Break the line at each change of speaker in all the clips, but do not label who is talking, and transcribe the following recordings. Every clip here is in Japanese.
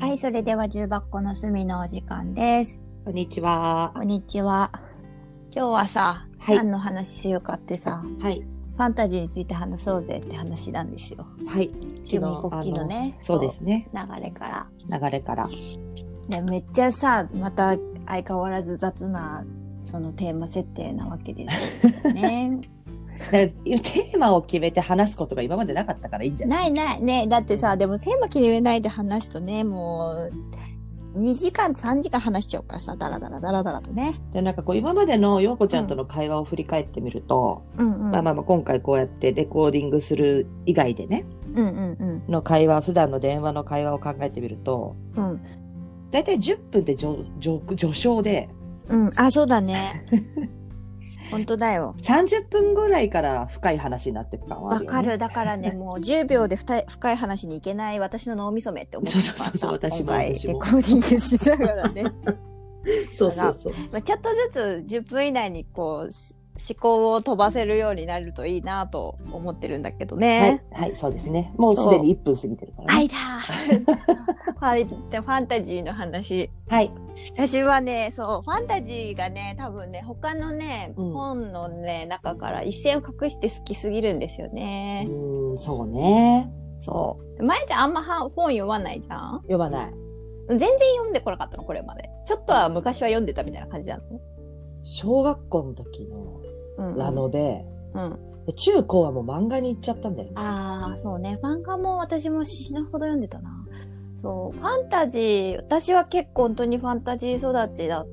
はい、それでは重箱の隅のお時間です。
こんにちは。
こんにちは。今日はさ、
はい
何の話しようかってさ、
はい。
ファンタジーについて話そうぜって話なんですよ。
はい。
中民国旗のね。
そうですね。
そう。流れから。
流れから。
で、めっちゃさ、また相変わらず雑な、そのテーマ設定なわけですよ ね。
テーマを決めて話すことが今までなかったからいいんじゃない
ないないねだってさでもテーマ決めないで話すとねもう2時間3時間話しちゃうからさダラダラダラダラとね
でなんかこう今までの陽子ちゃんとの会話を振り返ってみると、
うんうん、
まあまあまあ今回こうやってレコーディングする以外でね、
うんうん
の会話、普段の電話の会話を考えてみると、
うんうん
だいたい10分で序序序章で、
うんあそうだ ね本当だよ
30分ぐらいから深い話になっていく感はあ
わ
るよ、ね。
かるだからねもう10秒でふた深い話に行けない私の脳みそめって思って
そうそうそう私も
今回レ
私も
コーディングしながらね、
そうそうそう。
まあ、ちょっとずつ10分以内にこうし思考を飛ばせるようになるといいなと思ってるんだけどね、
はい、はい、そうですね。もうすでに1分過ぎてるから、
は
ね。
いだはい、ファンタジーの話。
はい。
私はね、そう、ファンタジーがね、多分ね、他のね、
うん
本のね、中から一線を隠して好きすぎるんですよ
う
ね。
ーん、そうね。
そう。まえちゃんあんまは本読まないじゃん
読まない。
全然読んでこなかったの、これまで。ちょっとは昔は読んでたみたいな感じなの
小学校の時の
うんうん。
ラノベ、
うん。
で中高はもう漫画に行っちゃったんだよね。
ああ、そうね。漫画も私も死ぬほど読んでたな。そう、ファンタジー、私は結構本当にファンタジー育ちだ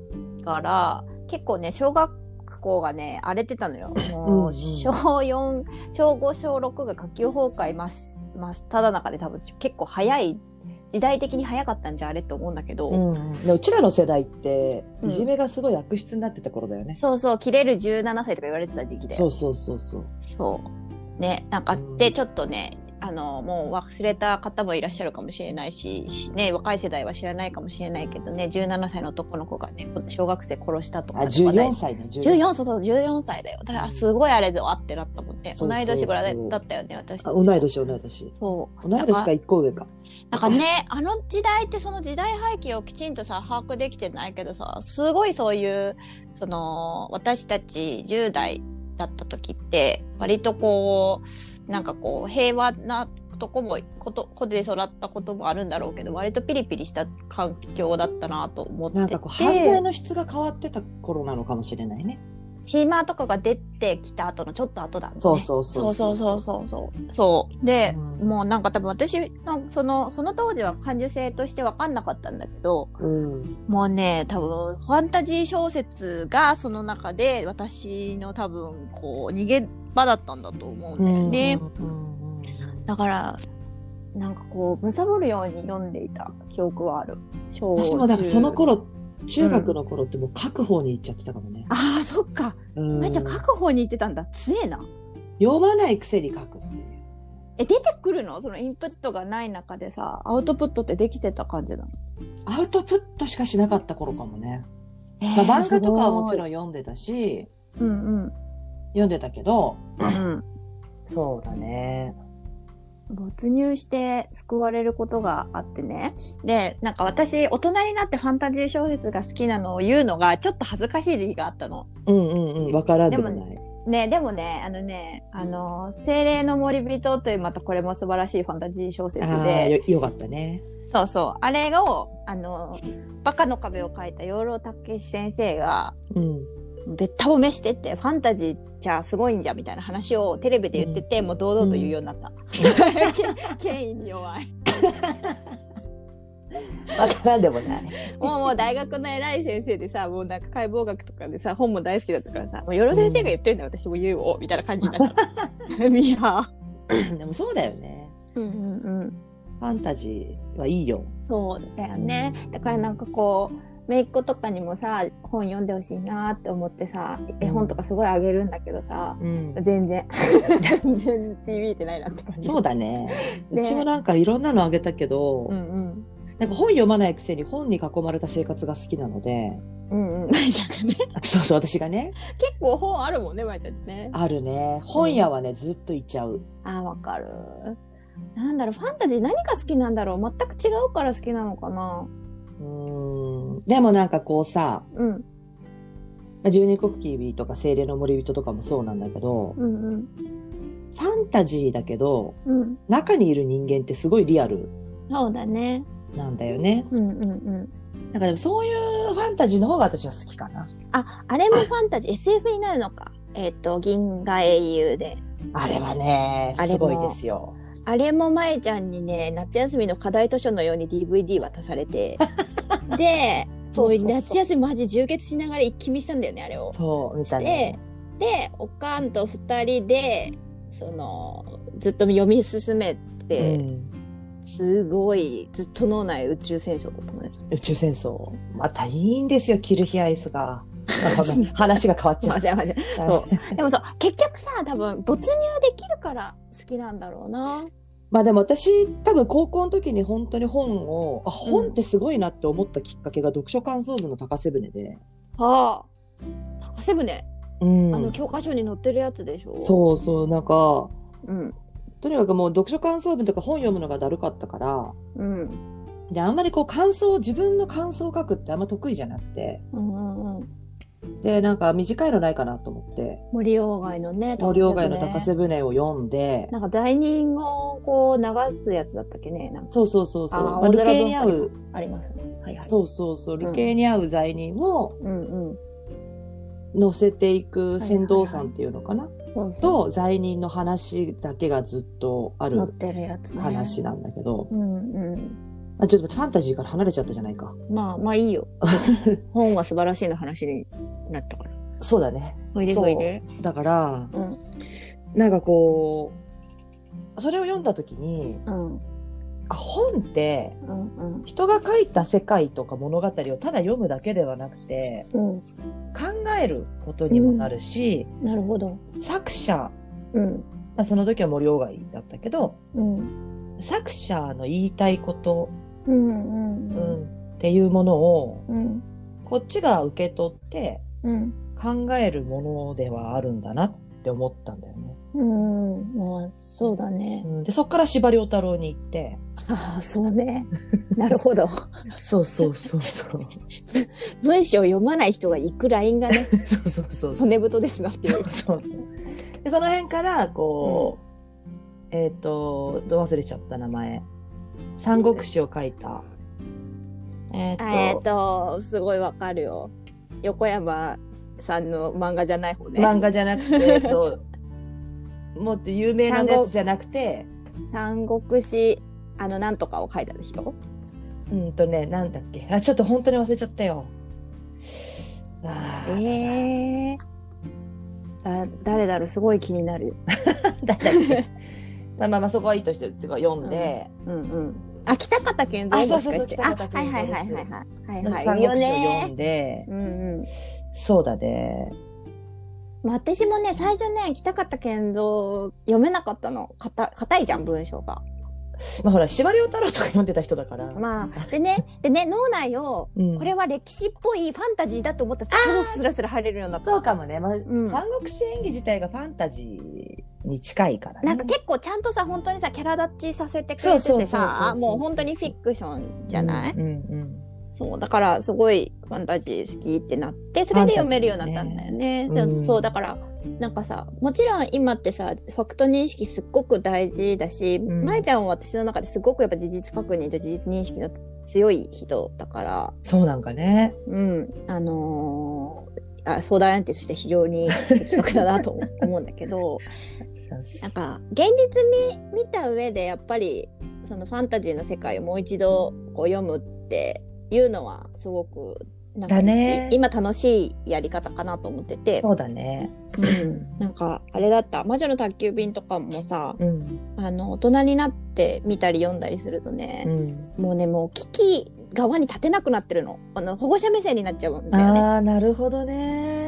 から、結構ね、小学校がね、荒れてたの よ。
うん
も
う
う、
ん
小4、小5、小6が下級崩壊真っ、真っただ中で多分結構早い、時代的に早かったんじゃあれって思うんだけど、
うん、でうちらの世代って
うん
いじめがすごい悪質になってた頃だよね。
そうそう、切れる17歳とか言われてた時期で。
そうそうそうそう。
そう。ね、なんか、
うん
で、ちょっとね、あの、もう忘れた方もいらっしゃるかもしれないし、しね、若い世代は知らないかもしれないけどね、17歳の男の子がね、小学生殺したとか
あ、
ね話題
14歳ね。14
14そうそう、14歳だよ。だから、すごいあれでわってなったもんね。
そうそうそう
同い年ぐらいだったよね、私た
あ
ち。
同い。年、同い年。
そう。
同い年か1個上か。
なんかね、あの時代ってその時代背景をきちんとさ、把握できてないけどさ、すごいそういう、その、私たち10代だった時って、割とこう、なんかこう、平和なとこも、こと、子で育ったこともあるんだろうけど、割とピリピリした環境だったなと思ってて。
なんかこう、犯罪の質が変わってた頃なのかもしれないね。
チーマーとかが出てきた後のちょっと後だもんね。
そうそうそ
そううそうそうそうそうそうで、
うん
もうなんか多分私のそのその当時は感受性として分かんなかったんだけど
う。うん。
もうね多分ファンタジー小説がその中で私の多分こう逃げ場だったんだと思うんだよね、
うんうんうん
だからなんかこう貪るように読んでいた記憶はある小
私もだからその
中
頃、中学の頃ってもう各方に行っちゃってたかもね。
ああそっか
うん
めっちゃ確保に行ってたんだ強えな
読まないくせに書くっていう。
え出てくるのそのインプットがない中でさアウトプットってできてた感じなの、
アウトプットしかしなかった頃かもね。まあ、漫画とかはもちろん読んでたし、
うんうん
読んでたけど、
うん、
そうだね。
没入して救われることがあってね。で、なんか私、大人になってファンタジー小説が好きなのを言うのが、ちょっと恥ずかしい時期があったの。
うんうんうん、わからんでもない。
ね、でもね、あのね、あの、精霊の森人という、またこれも素晴らしいファンタジー小説
ああ、
で、
よ、よかったね。
そうそう、あれを、あの、バカの壁を書いた養老武先生が、
うん。
べった褒めしてってファンタジーじゃすごいんじゃみたいな話をテレビで言ってて、もう堂々と言うようになった、 権威に弱い
わからんでもない。
もうもう大学の偉い先生でさもうなんか解剖学とかでさ本も大好きだったからさもうよろ先生が言ってんだよ、私も言うよみたいな感じになったいや
でもそうだよね。
うんうんうん
ファンタジーはいいよ。
そうだよねだからなんかこう姪っ子とかにもさ本読んでほしいなって思ってさ絵本とかすごいあげるんだけどさ、
うん
全 然全然響いてないなって感じ
そうだね。
ね
うちもなんかいろんなのあげたけど、
うんうん
なんか本読まないくせに本に囲まれた生活が好きなので、
うんうん、まいちゃんがね。 結
そうそう、私がね、
構本あるもんね、まいちゃんちね。
あるね。本屋はね、ずっと行っちゃう。
あ、わかる。なんだろう、ファンタジー何が好きなんだろう。全く違うから好きなのかな。
うーんでもなんかこうさ、
うん、
まあ十二国旗とか精霊の森人とかもそうなんだけど、
うん、うん、
ファンタジーだけど、
うん。
中にいる人間ってすごいリアル
そうだね。
なんだよね。
うん、うん、うん。
なんかでもそういうファンタジーの方が私は好きかな。
あ、あれもファンタジー、SF になるのか。えっ、と、銀河英雄で。
あれはね、
あれも
すごいですよ。
あれもまえちゃんにね、夏休みの課題図書のように DVD 渡され て。で、
そう
そ
そう
う
そう
夏休みマジ充血しながら一気見したんだよね、あれを。
そう、見た
で
ね。、
で、おかんと二人で、その、ずっと読み進めて、
うん
すごい、ずっと脳内宇宙戦争だったんです。
宇宙戦争。またいいんですよ、キルヒアイ スが。なんかごめん話が変わっちゃ
ま
う。
じまじそうでもそう、結局さ、多分没入できるから好きなんだろうな。
まあでも私多分高校の時に本当に本をあ本ってすごいなって思ったきっかけが読書感想文の高瀬船で、
はあ。高瀬船、
うん
あの教科書に載ってるやつでしょ。
そうそうなんか
う。うん。
とにかくもう読書感想文とか本読むのがだるかったから
うん。
であんまりこう感想自分の感想を書くってあんま得意じゃなくて
うんうんうん。
でなんか短いのないかなと思って
森鴎外のね。
森鴎外の
高瀬
高瀬船を読んで、
なんか罪人をこう流すやつだったっけね。なんか
そうそうそうそう
あー
まあ、
青
流
空
刑に合
文
う
ありますね。はいはい。
そうそうそう流刑に合う罪人を
うんうん。
乗せていく船頭さんっていうのかな、
そうそう。
と罪人の話だけがずっとあ
載っ
る
てるやつ、ね。
話。なんだけど、
うんうん。
あちょっと待ってファンタジーから離れちゃったじゃないか
まあまあいいよ。本は素晴らしいの話になったから。
そうだね
おいで
そう
おいで。
だから、
うん
なんかこうそれを読んだ時に
うん
あ本って
うんうん
人が書いた世界とか物語をただ読むだけではなくて
うん。
考えることにもなるし、
なるほど。
作者
うん
まあその時は森鴎外だったけど
うん
作者の言いたいこと、
うんう
う
ん
んっていうものを
うん
こっちが受け取って
うん
考えるものではあるんだなって思ったんだよね。
うん。まあそうだね。
うんでそこから司馬遼太郎に行って
ああそうね。なるほど。
そうそうそうそうそ
文章を読まない人が行くラインがね
う そうそうそう
骨太ですなってい
そうう。そうそうでその辺からこう、えっ、とど忘れちゃった名前「三国志」を書いたえっ、と,、
えっとすごいわかるよ。横山さんの漫画じゃない方ね。
漫画じゃなくて、えっともっと有名なやつじゃなくて
三国志あのなんとかを書いた人。
うんとねなんだっけあちょっと本当に忘れちゃったよ。あー
ええあ誰だろうすごい気になる。
だったっけまあまあまあそこはいいとしてっていうか読んで、
うんうん。あ、北方健
あ
三
そ
もしか
うそうそ
し
う
て。
北方健三です
はいはいはいはい
な
は
んか
い
三
はい。いいよ
国志を読
ね。
んで、
うんうん。
そうだね
まあ、私もね、最初ね、北方健三読めなかったの。かた、硬いじゃん、文章が。
まあほら司馬遼太郎とか読んでた人だから、
まあ、でね、でね、脳内を、
うん
これは歴史っぽいファンタジーだと思ったら、超スラスラ入れるようになった。
そうかもね、まあ
ん
三国志演義自体がファンタジーに近いからね
なんか結構ちゃんとさ、本当にさ、キャラ立ちさせてく
そう
れて
そう
て
そうそうそう
さ、
そう
もう本当にフィクションじゃない、
うんうん
そう、だからすごいファンタジー好きってなって、それで読めるようになったんだよね。
ファンタジー
で
ねうん
そう、だから、なんかさ、もちろん今ってさ、ファクト認識すっごく大事だし、
ん
まえちゃんは私の中ですごくやっぱ事実確認と事実認識の強い人だから、
そうなんかね
うん、あのーあ相談相手として非常に的確だなと思思うんだけど、なんか現実見見た上でやっぱりそのファンタジーの世界をもう一度こう読むっていうのはすごくなんか
だね
い今楽しいやり方かなと思ってて、
そうだね
うんなんかあれだった「魔女の宅急便」とかもさ
うん
あの大人になって見たり読んだりするとね
う、ん
もうねもう危機側に立てなくなってるのあの保護者目線になっちゃうんだよね。
ああなるほどね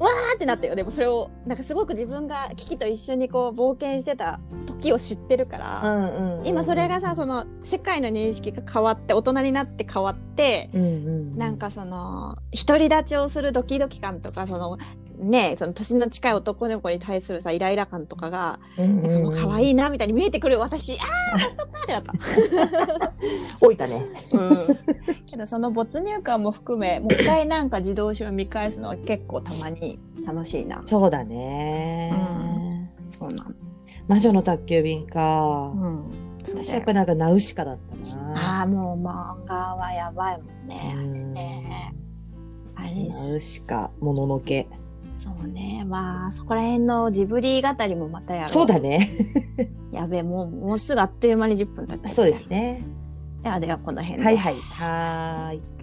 あーってなったよでもそれをなんかすごく自分がキキと一緒にこう冒険してた時を知ってるから。
んうんうん
今それがさその世界の認識が変わって大人になって変わって
うんうん
なんかその独り立ちをするドキドキ感とかそのねその年の近い男の子に対するさイライラ感とかが
うん
なんかもう可愛
い。
いなみたいに見えてくる私ああ年取ったってなった
老いたね。
けどその没入感も含めもう一回なんか自動車を見返すのは結構たまに楽しいな。
そうだね。
そうな
魔女の宅急便か。
の。
私やっぱなんかナウシカだったな。
ああもう漫画はやばいもん
う
ね。
ん
ねえあれ
ナウシカ、もののけ。
そうねまあそこら辺のジブリ語りもまたやろう。
そうだね。
やべえもうもうすぐあっという間に10分経っちゃった。
そうですね。
ではではこの辺で。
はいはい。はーい。